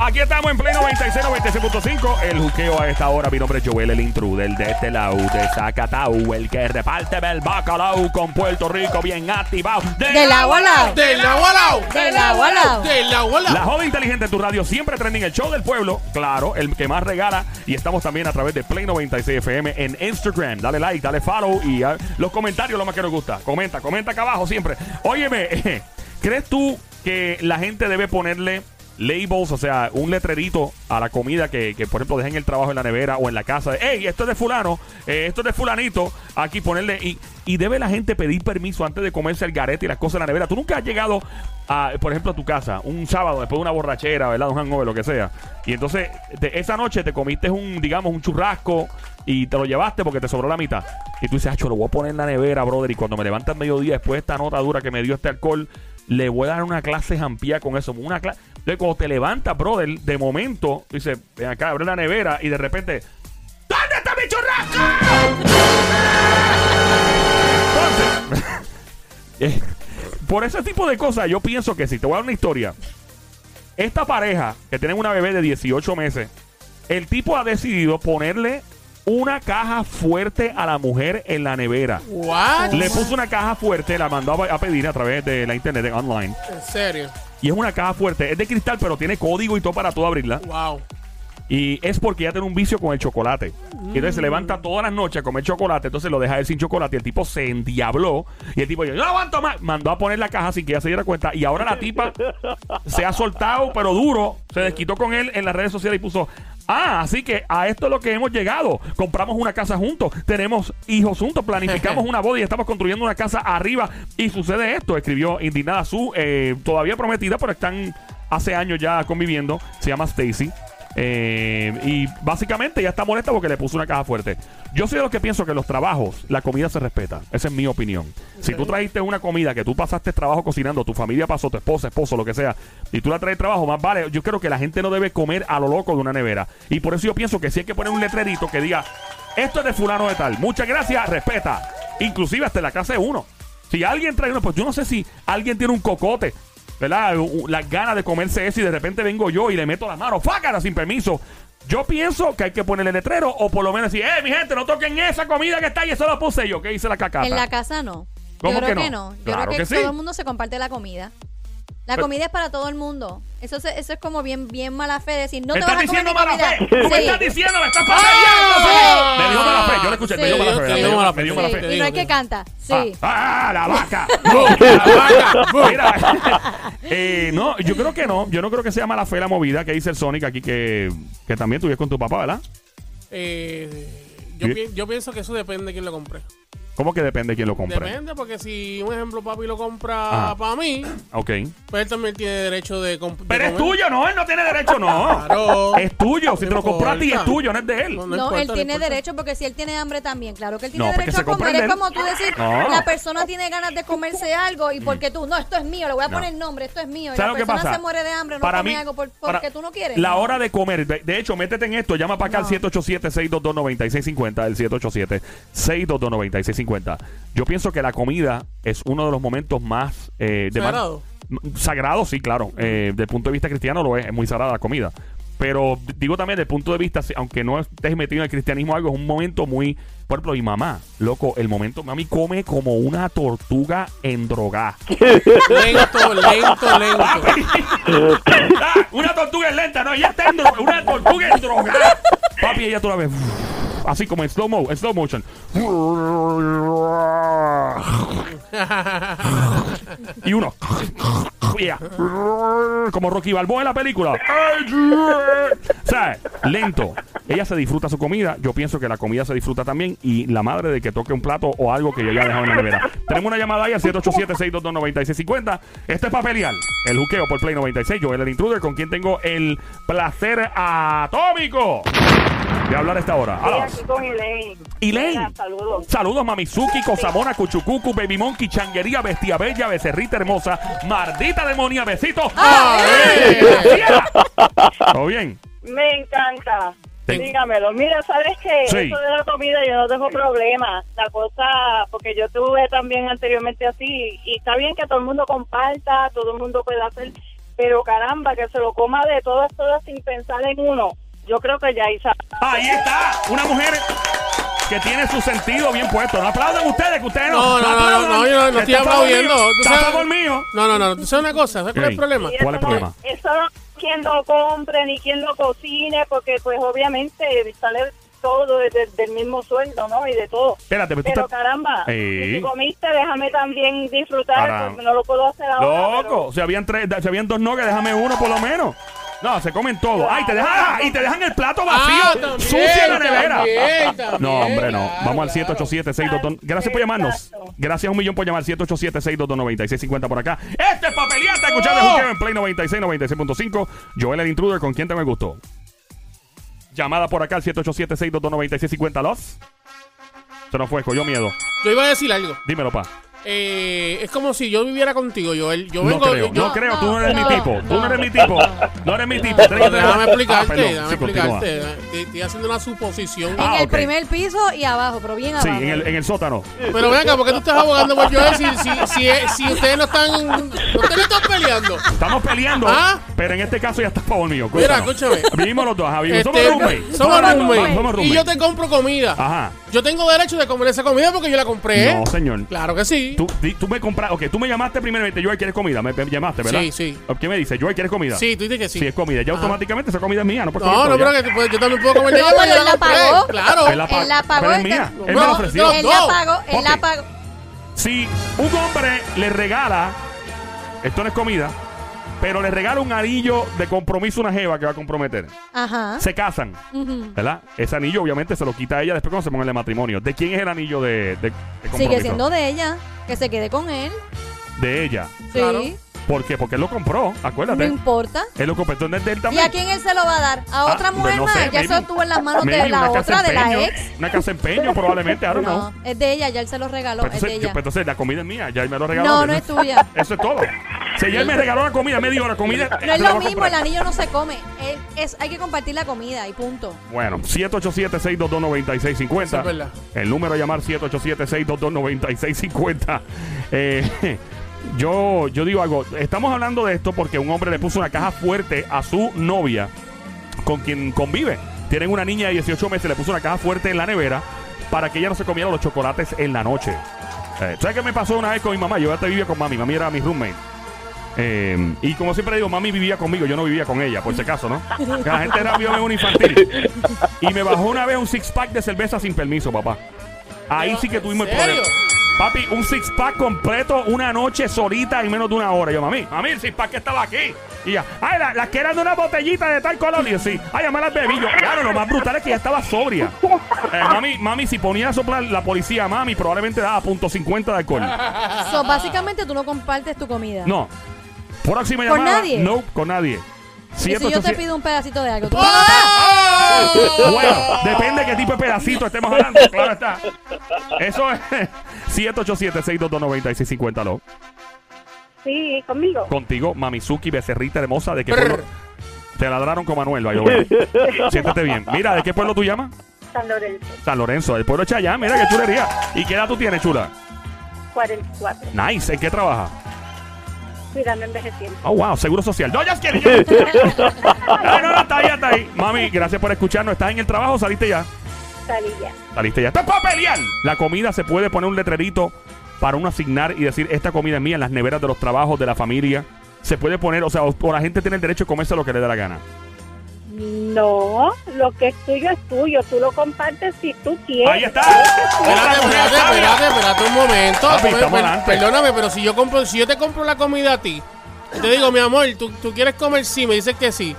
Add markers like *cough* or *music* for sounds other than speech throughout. Aquí estamos en Play 96, 96.5. El juqueo a esta hora. Mi nombre es Joel, el intruder de este lado, de Zacatau, el que reparte el bacalao con Puerto Rico bien activado. De Del agua al lado. Del lado al lado. Del agua al lado. Del lado al La lado. joven inteligente en tu radio siempre trending el show del pueblo, claro, el que más regala y estamos también a través de Play 96 FM en Instagram. Dale like, dale follow y ah, los comentarios lo más que nos gusta. Comenta, comenta acá abajo siempre. Óyeme, *laughs* ¿crees tú que la gente debe ponerle labels, o sea, un letrerito a la comida que, que, por ejemplo dejen el trabajo en la nevera o en la casa? Hey, esto es de fulano, eh, esto es de fulanito, aquí ponerle y, y debe la gente pedir permiso antes de comerse el garete y las cosas en la nevera. Tú nunca has llegado a, por ejemplo, a tu casa un sábado después de una borrachera, ¿verdad? Un hangover, lo que sea. Y entonces, te- esa noche te comiste un, digamos, un churrasco y te lo llevaste porque te sobró la mitad. Y tú dices, acho, lo voy a poner en la nevera, brother. Y cuando me levanta al mediodía después de esta nota dura que me dio este alcohol, le voy a dar una clase jampía con eso. Una clase. Entonces, cuando te levantas, brother, de momento, dices, ven acá, abre la nevera y de repente. ¿Dónde está mi churrasco? Entonces, *laughs* eh, por ese tipo de cosas, yo pienso que si te voy a dar una historia, esta pareja que tienen una bebé de 18 meses, el tipo ha decidido ponerle una caja fuerte a la mujer en la nevera. What? Le puso una caja fuerte, la mandó a a pedir a través de la internet de online. En serio. Y es una caja fuerte, es de cristal, pero tiene código y todo para tú abrirla. Wow. Y es porque ya tiene un vicio con el chocolate. Y entonces se levanta todas las noches a comer chocolate. Entonces lo deja él sin chocolate. Y el tipo se endiabló. Y el tipo, yo no aguanto más. Mandó a poner la caja sin que ella se diera cuenta. Y ahora la tipa se ha soltado, pero duro. Se desquitó con él en las redes sociales y puso. Ah, así que a esto es lo que hemos llegado. Compramos una casa juntos, tenemos hijos juntos, planificamos una boda y estamos construyendo una casa arriba. Y sucede esto, escribió indignada su eh, todavía prometida, pero están hace años ya conviviendo. Se llama Stacy. Eh, y básicamente ya está molesta porque le puso una caja fuerte. Yo soy de los que pienso que en los trabajos, la comida se respeta. Esa es mi opinión. Si tú trajiste una comida que tú pasaste trabajo cocinando, tu familia pasó, tu esposa, esposo, lo que sea, y tú la traes trabajo, más vale. Yo creo que la gente no debe comer a lo loco de una nevera. Y por eso yo pienso que si hay que poner un letrerito que diga, esto es de fulano de tal, muchas gracias, respeta. Inclusive hasta en la casa de uno. Si alguien trae uno, pues yo no sé si alguien tiene un cocote. ¿verdad? U- u- Las ganas de comerse eso y de repente vengo yo y le meto las manos, fácara sin permiso. Yo pienso que hay que ponerle letrero o por lo menos decir, ¡eh, mi gente, no toquen esa comida que está ahí! Eso lo puse yo, que hice la cacata. En la casa no. ¿Cómo Yo creo que que, no? no. Yo Claro creo que, que sí. todo el mundo se comparte la comida. La Pero- comida es para todo el mundo. Eso, se- eso es como bien, bien mala fe decir, no ¡Me te vas estás a comer diciendo mi mala comida. fe! ¡Tú me Sí. Ah, estás diciendo, me estás pues. fastidiando! sí. Me dio mala fe, yo le escuché, me dio Sí. mala fe. Te me dio dio- mala Me fe, dio te mala Sí, fe. digo, Y no te hay que digo. canta. Sí. Ah, ah, la vaca. Bu, la vaca. Mira, *laughs* eh, no, yo creo que no. Yo no creo que sea mala fe la movida que dice el Sonic aquí que, que también tuviste con tu papá, ¿verdad? Eh, yo, ¿Y- pi- yo pienso que eso depende de quién lo compre. ¿Cómo que depende de quién lo compre? Depende, porque si, un ejemplo, papi lo compra Ajá. para mí, Ok. pues él también tiene derecho de comprar. Pero es tuyo, no, él no tiene derecho, no. Claro. Es tuyo, si te lo compró a ti es importa. tuyo, no es de él. No, no No, importa, él no tiene importa. derecho porque si él tiene hambre también, claro que él No, tiene porque derecho se a comer. comprende. Es como tú decir, No. Mm. la persona tiene ganas de comerse algo y porque tú, no, esto es mío, le voy a poner nombre, esto es mío. Y la ¿Sabes lo que persona pasa? se muere de hambre, no come algo por- porque para- tú no quieres. La No. hora de comer, de, de hecho, métete en esto, llama para acá No. al 787-622-9650, el 787-622-9650. Yo pienso que la comida es uno de los momentos más... eh, de más- Sagrado. m- sagrado, sí, claro. Eh, desde el punto de vista cristiano lo es, es muy sagrada la comida. Pero d- digo también, desde el punto de vista, si- aunque no estés metido en el cristianismo o algo, es un momento muy... Por ejemplo, mi mamá, loco, el momento, mami come como una tortuga en droga. *laughs* Lento, lento, lento. Papi. Ah, una tortuga es lenta, no, ella está en droga. Una tortuga en droga. Papi, ella tú la ves. Así como en slow, mo en slow motion. Y uno. Y ella. Como Rocky Balboa en la película. ¿Sabes? Lento. Ella se disfruta su comida. Yo pienso que la comida se disfruta también. Y la madre de que toque un plato o algo que yo haya dejado en la nevera. Tenemos una llamada ahí al 787-622-9650. Este es Papelial. El juqueo por Play 96. Yo, el intruder, con quien tengo el placer atómico de hablar a esta hora. A las- aquí con Elaine. Elaine. Hola, Saludos. Saludos, Mamizuki, Cosamona, Cuchucucu, Baby Monkey, Changuería, Bestia Bella, Becerrita Hermosa, Mardita Demonia, Besito. ¡Ay! ¡Ay! ¡Graciela! ¿Todo bien? Me encanta. Ten- Dígamelo. Mira, ¿sabes qué? Sí. Eso de la comida yo no tengo problema. La cosa, porque yo tuve también anteriormente así, y está bien que todo el mundo comparta, todo el mundo pueda hacer, pero caramba, que se lo coma de todas, todas sin pensar en uno. Yo creo que ya Isa. Ahí está, una mujer que tiene su sentido bien puesto. No aplauden ustedes, que ustedes *laughs* no. No, no, no, no, no, yo no- no estoy aplaudiendo. Tú sabes- Está por mío. No, no, no. ¿Tú sabes una cosa? ¿Sabes cuál es el Ey. problema? ¿Cuál es Y el eso no- problema? Eso no, quien lo compre ni quien lo cocine, porque pues obviamente sale todo desde del mismo sueldo, ¿no? Y de todo. Espérate, pero tú Pero estás- caramba, Sí. si comiste, déjame también disfrutar, Caramba. porque no lo puedo hacer ahora. pero- Loco, si habían tres, si habían dos nogues, déjame uno por lo menos. No, se comen todo. Ay, te dejan, ah, y te dejan el plato vacío, Ah, también, sucio en la nevera. también, también, no, hombre, no. claro, Vamos al claro. 787 622 Gracias por llamarnos. Exacto. Gracias un millón por llamar 787 622 9650 por acá. Este es papeliata, escuchando ¡Oh! el juqueo en Play 96, 96.5. Joel el intruder, ¿con quién te me gustó? Llamada por acá al 787 622 9650 Los. Se nos fue, cogió miedo. Yo iba a decir algo. Dímelo, pa. Eh, es como si yo viviera contigo, Joel. Yo vengo. no creo, yo- no, no, creo, tú no eres no, mi tipo, tú no no. eres mi tipo, no eres mi tipo. Tienes que Pero tener- déjame Ah, explicarte, perdón, déjame sí, continúa. explicarte. Te- Estoy haciendo una suposición. Ah, en el ok. primer piso y abajo, pero bien Sí, abajo. en el, en el sótano. Pero venga, ¿por qué tú estás abogando por Joel si, si, si, eh, si ustedes no están. Ustedes no están peleando. Estamos peleando, Ah. pero en este caso ya estás favor mío. Mira, cuéntanos. escúchame. Vivimos los dos, ajá, vivimos. Este, somos roommates. somos Somos roommates. roommates. Y Somos roommates. yo te ¿Eh? compro comida. Ajá. Yo tengo derecho de comer esa comida porque yo la compré. No, señor. Claro que sí. Tú, di- tú me compraste, ok, tú me llamaste primero y me dijiste, Joel, ¿quieres comida? Me, me llamaste, ¿verdad? Sí, sí. ¿Qué me dice? Joel, ¿quieres comida? Sí, tú dices que sí. Si es comida, ya Ajá. automáticamente esa comida es mía, no puedes No, comer no, todo pero ya. que te puedes- yo también puedo comer de No, ella porque pero yo la él la compré. pagó. Claro. Él la, Él la pagó, pagó, pero es él mía. te- Él me la No, ofreció. no. Él Dos. la pagó, él la Ok. pagó. Si un hombre le regala, esto no es comida, pero le regala un anillo de compromiso a una jeva que va a comprometer. Ajá. Se casan, Ujú. ¿verdad? Ese anillo obviamente se lo quita a ella después cuando se pongan en el matrimonio. ¿De quién es el anillo de, de- de compromiso? Sigue siendo de ella, que se quede con él. De ella. Sí, Claro. ¿Por qué? Porque él lo compró, no acuérdate. importa. Él lo compró entonces de él ¿Y también. a quién él se lo va a dar? ¿A Ah, otra mujer pues no más? sé, ya maybe- se lo tuvo en las manos maybe de la una casa otra, de la empeño, ex. Una casa empeño probablemente, I don't know. No, es de ella, ya él se lo regaló, Pero es de Pues entonces, yo- ella. pero entonces la comida es mía, ya él me lo regaló. No, no es tuya. Eso es todo. Si él me regaló la comida, me dio la comida. No se es la lo voy a mismo, comprar. el anillo no se come. Es, es- hay que compartir la comida y punto. Bueno, 787-622-9650. Sí, es verdad. El número a llamar 787-622-9650. *laughs* Eh, *laughs* yo, yo digo algo. Estamos hablando de esto porque un hombre le puso una caja fuerte a su novia con quien convive. Tienen una niña de 18 meses, le puso una caja fuerte en la nevera para que ella no se comiera los chocolates en la noche. Eh, ¿Sabes qué me pasó una vez con mi mamá? Yo ya te vivía con mami. Mami era mi roommate. Eh, y como siempre digo, mami vivía conmigo, yo no vivía con ella, por si acaso, ¿no? Que la gente era yo era un infantil. Y me bajó una vez un six pack de cerveza sin permiso, papá. Ahí sí que tuvimos el ¿En serio? problema. Papi, un six pack completo, una noche solita en menos de una hora. Yo, mami, mami, el six pack que estaba aquí. Y ya, ay, la- las que eran de una botellita de tal color. Y yo, sí, ay, ya me las bebí. Yo, claro, lo más brutal es que ya estaba sobria. Eh, mami, mami, si ponía a soplar la policía, mami, probablemente daba punto .50 de alcohol. Ah. So, básicamente tú no compartes tu comida. No. Próxima ¿Con llamada. nadie? No, con nadie. Y si yo te 787. pido un pedacito de ¡Ah! algo, tú ¡Oh! Bueno, depende de qué tipo de pedacito estemos hablando, claro está. Eso es 787-622-9650. Lo. Sí, conmigo. Contigo, Mamizuki, becerrita hermosa, ¿de qué pueblo? Te ladraron con Manuel, vaya, bueno. Siéntete bien. Mira, ¿de qué pueblo tú llamas? San Lorenzo, San Lorenzo, del pueblo de Chayán. Mira, qué chulería. ¿Y qué edad tú tienes, chula? 44. Nice, ¿en qué trabajas? Cuidando envejeciendo. Oh, wow, seguro social. No, ya es que- No, no, no, está ahí, está ahí. Mami, gracias por escucharnos. ¿Estás en el trabajo o saliste ya? Salilla. Saliste ya. ¡Esto es para pelear! La comida se puede poner un letrerito para uno asignar y decir, esta comida es mía en las neveras de los trabajos, de la familia. Se puede poner, o sea, o, o la gente tiene el derecho de comerse lo que le da la gana. No, lo que es tuyo es tuyo. Tú lo compartes si tú quieres. ¡Ahí está! Espérate, Otra mujer espérate, sabia. espérate, espérate un momento. Papi, Per- estamos per- adelante. perdóname, pero si yo compro, si yo te compro la comida a ti, y te digo, mi amor, ¿tú, tú quieres comer sí, me dices que sí.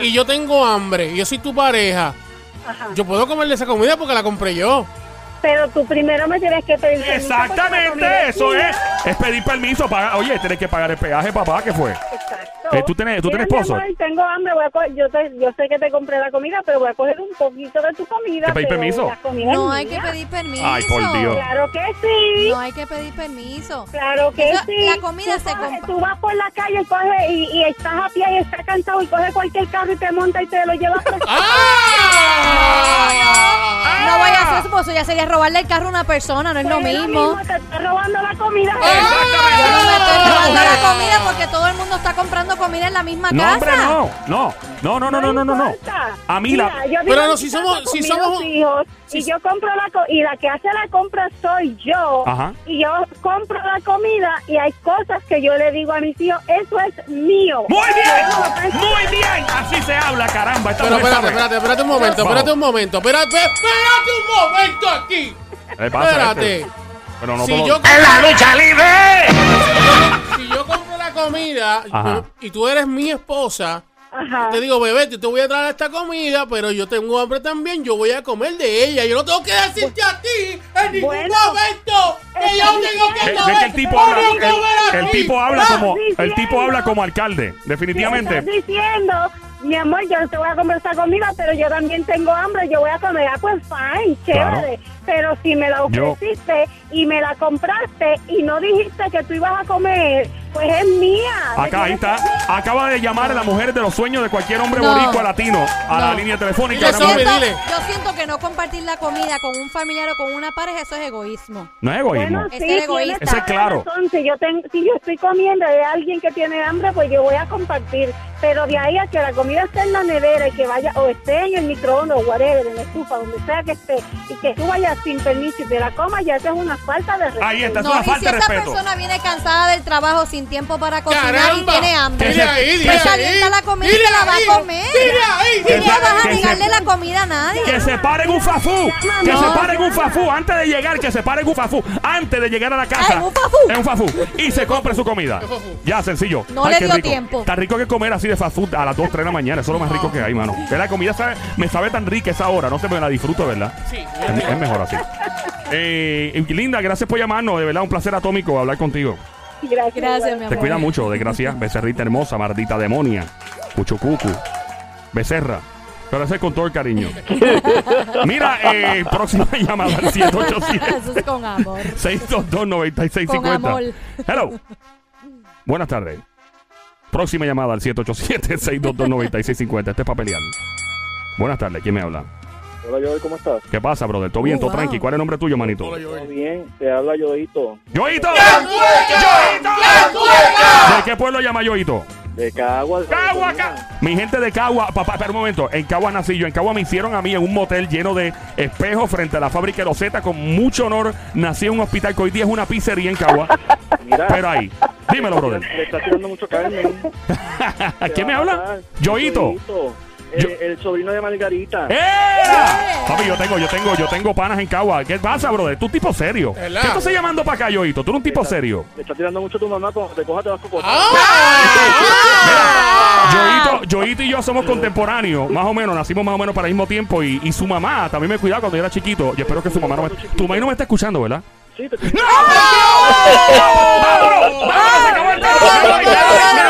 Y yo tengo hambre, yo soy tu pareja. Ajá. Yo puedo comerle esa comida porque la compré yo. Pero tú primero me tienes que pedir permiso porque la comida Exactamente, eso mía. es. Es pedir permiso. Paga. Oye, tienes que pagar el peaje, papá. ¿Qué fue? Exacto. Eh, ¿tú tienes- tú Mira, tienes mi esposo? amor, tengo hambre, voy a co- yo, te- yo sé que te compré la comida, pero voy a coger un poquito de tu comida. ¿Te pedí pero permiso? la comida No es hay que mía. pedir permiso. Ay, por Dios. Claro que sí. No hay que pedir permiso. Claro que Eso- sí. la comida Tú se coges- compra. Tú vas por la calle y, coges, y, y estás a pie y estás cansado y coges cualquier carro y te monta y te lo llevas. *laughs* prestado. ¡Ah! No vaya a ser esposo, ya sería robarle el carro a una persona, no es lo Pues mismo. Te estás robando la comida. Yo no me estoy robando No, la mujer. comida porque todo el mundo está comprando comida en la misma No, casa. hombre, no. No, no, no, no, no, no, no. no. importa. A mí la. Mira, yo Pero vivo no, en si casa somos- con si mis somos- dos hijos si- y yo compro la co- y la que hace la compra soy yo. Ajá. Y yo compro la comida y hay cosas que yo le digo a mis hijos, eso es mío. ¡Muy Yo no lo bien! pienso. ¡Muy bien! Así se habla, caramba. Esta Pero mujer espérate, sabe. espérate, espérate un momento, Vamos. espérate un momento, espérate, espérate un momento aquí. ¿Qué le pasa a este? Espérate. Pero no Si todo- yo- ¡En la lucha libre! Si yo compro la comida Ajá. y tú eres mi esposa, Ajá. te digo, bebé, yo te voy a traer esta comida, pero yo tengo hambre también, yo voy a comer de ella. Yo no tengo que decirte a ti en ningún Bueno. momento que yo tengo que Ve- comer. ve este que el tipo Yo habla, tengo que el, comer el aquí. tipo habla Ah, como el tipo diciendo. habla como alcalde, Estás definitivamente. diciendo, mi amor, yo no te voy a conversar conmigo, pero yo también tengo hambre, yo voy a comer, ah, pues fine, Claro. chévere. Pero si me la Yo- ofreciste y me la compraste y no dijiste que tú ibas a comer, pues es mía. Acá ahí está, acaba de llamar a la mujer de los sueños de cualquier hombre No. boricua latino a la No. línea Dile telefónica. ahora eso, mismo. hombre. Siento- dile. yo siento que no compartir la comida con un familiar o con una pareja, eso es egoísmo. No es egoísmo. Bueno, Es sí, ser tienes egoísta. Eso es claro. razón. Si yo, ten- si yo estoy comiendo de alguien que tiene hambre, pues yo voy a compartir. Pero de ahí a que la comida esté en la nevera y que vaya, o esté en el microondas, o whatever, en la estufa, donde sea que esté, y que tú vayas sin permiso y te la comas, ya eso es una falta de respeto. Ahí está, es No, una y si falta de esa respeto. persona viene cansada del trabajo sin tiempo para cocinar Caramba. y tiene hambre, Dile ahí, dile pues ahí. calienta la comida y Dile se la va ahí, a comer. dile ahí, ¿Qué dile le vas a ahí. negarle la comida a nadie? Que se paren un fafú, que No. se paren un fafú antes de llegar, que se paren un fafú antes de llegar a la casa. Ay, un fafú. Es un fafú y se compre su comida. Un fafú. Ya sencillo. No le qué dio rico. tiempo. Está rico que comer así de fast food a las 2, 3 de la mañana, eso es lo más rico que hay, mano. Que la comida sabe- me sabe tan rica esa hora, no sé, me la disfruto, ¿verdad? Sí, Es, es mejor así. Eh, y Linda, gracias por llamarnos. De verdad, un placer atómico hablar contigo. Gracias. Gracias, mi amor. Te cuida mucho, desgracia. Becerrita hermosa, mardita demonia. Cuchucucu. Becerra. Pero ese es con todo el *laughs* cariño. Mira, eh, próxima llamada al 787 *laughs* Eso es con amor. 622 9650 Con amor. Hello. Buenas tardes. Próxima llamada al 787 622 9650 Este es para pelear. Buenas tardes. ¿Quién me habla? Hola Joel, ¿cómo estás? ¿Qué pasa, brother? ¿Todo bien? Oh, ¿Todo wow. tranqui? ¿Cuál es el nombre tuyo, manito? Hola, Todo Joel. bien, te habla Yoito ¡Yoito! ¿De qué pueblo llama Yoito? de Cagua. Cagua, de Ca- Mi gente de Cagua, papá, espera un momento. En Cagua nací yo. En Cagua me hicieron a mí en un motel lleno de espejos frente a la fábrica de Rosetta. Con mucho honor nací en un hospital que hoy día es una pizzería en Cagua. Mira, Pero ahí. Dímelo, brother. *laughs* le está tirando mucho Carmen. ¿A Te quién me va a habla? matar. Yoito. Yoito, Yo- ¿Eh? El, el sobrino de Margarita. ¡Era! Papi, yo tengo, yo tengo, yo tengo panas en Cagua. ¿Qué pasa, brother? Tú un tipo serio. ¿Qué ¿Verdad? tú estás llamando para acá, Yoito? Tú eres un tipo serio. Le está tirando mucho tu mamá, cuando te coja te vas a cocotar. ¿Ah? Yoito, Yoito y yo somos contemporáneos, más o menos, nacimos más o menos para el mismo tiempo y, y su mamá también me cuidaba cuando yo era chiquito. Yo espero que su mamá no me... Tu mamá no me está escuchando, ¿verdad? Sí, te ¡No! ¡Vámonos! ¡Vámonos! ¡Se acabó el tema! ¡No hay tema!